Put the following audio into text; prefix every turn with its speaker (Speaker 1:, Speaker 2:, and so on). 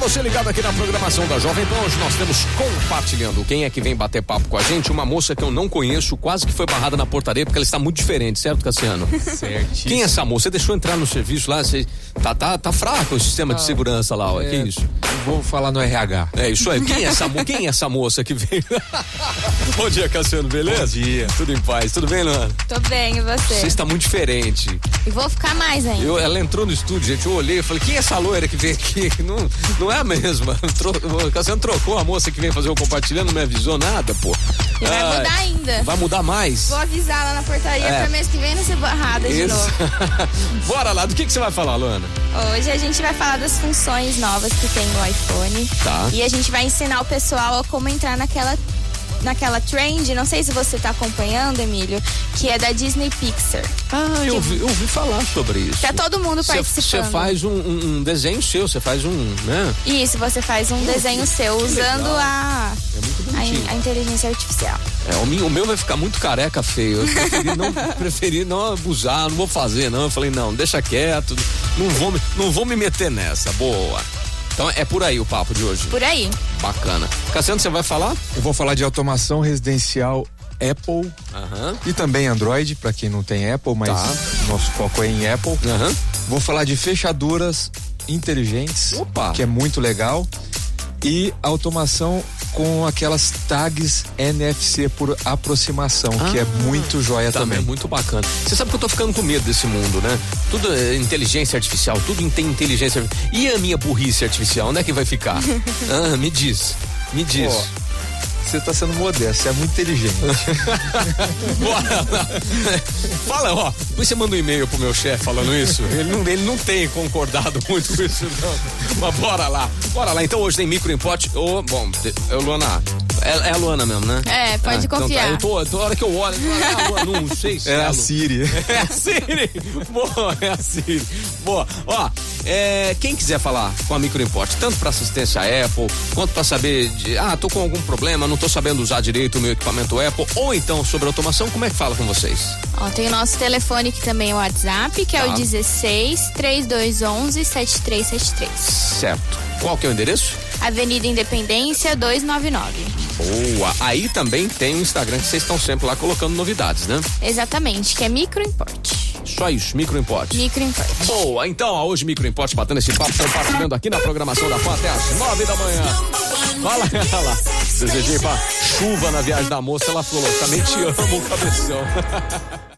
Speaker 1: você ligado aqui na programação da Jovem Pan, hoje nós temos compartilhando. Quem é que vem bater papo com a gente? Uma moça que eu não conheço, quase que foi barrada na portaria porque ela está muito diferente, certo, Cassiano?
Speaker 2: Certíssimo.
Speaker 1: Quem é essa moça? Você deixou entrar no serviço lá? Você... Tá, tá, tá fraco o sistema de segurança lá, ó. Que
Speaker 2: Ah, É,
Speaker 1: isso?
Speaker 2: Vou falar no RH.
Speaker 1: É isso aí. Quem é essa, mo- quem é essa moça que veio? Bom dia, Cassiano, beleza?
Speaker 2: Bom dia.
Speaker 1: Tudo em paz. Tudo bem, Luana?
Speaker 3: Tô bem, e você?
Speaker 1: Você está muito diferente.
Speaker 3: E vou ficar mais ainda.
Speaker 1: Eu, ela entrou no estúdio, gente, eu olhei e falei, quem é essa loira que veio aqui? Não, não é a mesma. Tro, o Cassiano trocou a moça que veio fazer o compartilhando, não me avisou nada, pô.
Speaker 3: E vai
Speaker 1: Ai,
Speaker 3: mudar ainda.
Speaker 1: Vai mudar mais?
Speaker 3: Vou avisar lá na portaria
Speaker 1: É.
Speaker 3: pra mês que vem não ser barrada de
Speaker 1: Isso.
Speaker 3: novo.
Speaker 1: Bora lá, do que, que você vai falar, Luana?
Speaker 3: Hoje a gente vai falar das funções novas que tem no iPhone.
Speaker 1: Tá.
Speaker 3: E a gente vai ensinar o pessoal a como entrar naquela naquela trend, não sei se você tá acompanhando, Emílio, que é da Disney Pixar.
Speaker 1: Ah, eu ouvi, eu ouvi falar sobre isso.
Speaker 3: Tá todo mundo
Speaker 1: Você
Speaker 3: participando.
Speaker 1: faz um, um- um desenho seu, você faz um, né?
Speaker 3: Isso, você faz um desenho seu usando
Speaker 1: legal.
Speaker 3: a,
Speaker 1: É muito
Speaker 3: a in-
Speaker 1: bonitinho.
Speaker 3: a inteligência artificial.
Speaker 1: É, o, meu, o meu vai ficar muito careca feio. Eu preferi não, preferi não abusar, não vou fazer, não. Eu falei, não, deixa quieto, não vou, me- não vou me meter nessa. Boa. Então é por aí o papo de hoje.
Speaker 3: Por aí.
Speaker 1: Bacana. Cassiano, você vai falar?
Speaker 2: Eu vou falar de automação residencial Apple
Speaker 1: Aham.
Speaker 2: e também Android, pra quem não tem Apple, mas
Speaker 1: Tá.
Speaker 2: nosso foco é em Apple.
Speaker 1: Aham.
Speaker 2: Vou falar de fechaduras inteligentes,
Speaker 1: Opa.
Speaker 2: que é muito legal, e automação com aquelas tags NFC por aproximação, que é muito joia
Speaker 1: Também
Speaker 2: também.
Speaker 1: é muito bacana. Você sabe que eu tô ficando com medo desse mundo, né? Tudo é inteligência artificial, tudo tem inteligência artificial. E a minha burrice artificial, onde é que vai ficar? ah, me diz, me diz.
Speaker 2: Ó, Você tá sendo modesto, você é muito inteligente.
Speaker 1: Bora lá. Fala, ó. Depois você manda um e-mail pro meu chefe falando isso. Ele não, ele não tem concordado muito com isso, não. Mas bora lá. Bora lá. Então hoje tem micro em pote. Ô, bom, é o Luana. É, é a Luana mesmo, né?
Speaker 3: É, pode
Speaker 1: então tá.
Speaker 3: confiar.
Speaker 1: Eu tô, eu tô- a hora que eu olho, eu falo, ah, Luana, não sei se
Speaker 2: É
Speaker 1: a
Speaker 2: a
Speaker 1: Lu-
Speaker 2: Siri.
Speaker 1: É a Siri. Boa, é a Siri. Boa. Ó, é, quem quiser falar com a Microimporte, tanto para assistência Apple, quanto para saber de, ah, tô com algum problema, não tô sabendo usar direito o meu equipamento Apple, ou então sobre automação, como é que fala com vocês?
Speaker 3: Ó, tem o nosso telefone que também é o WhatsApp, que é
Speaker 1: Tá.
Speaker 3: o 16 3211 7373.
Speaker 1: Certo. Qual que é o endereço?
Speaker 3: Avenida Independência 299.
Speaker 1: Boa. Aí também tem o Instagram que vocês estão sempre lá colocando novidades, né?
Speaker 3: Exatamente, que é microimporte.
Speaker 1: Só isso, Microimporte.
Speaker 3: Microimporte.
Speaker 1: Boa, então, ó, hoje Microimporte batendo esse papo, compartilhando aqui na programação da PAN até às nove da manhã. Fala ela. Desejei pra chuva na viagem da moça, ela falou, também te amo, "Tá cabeção.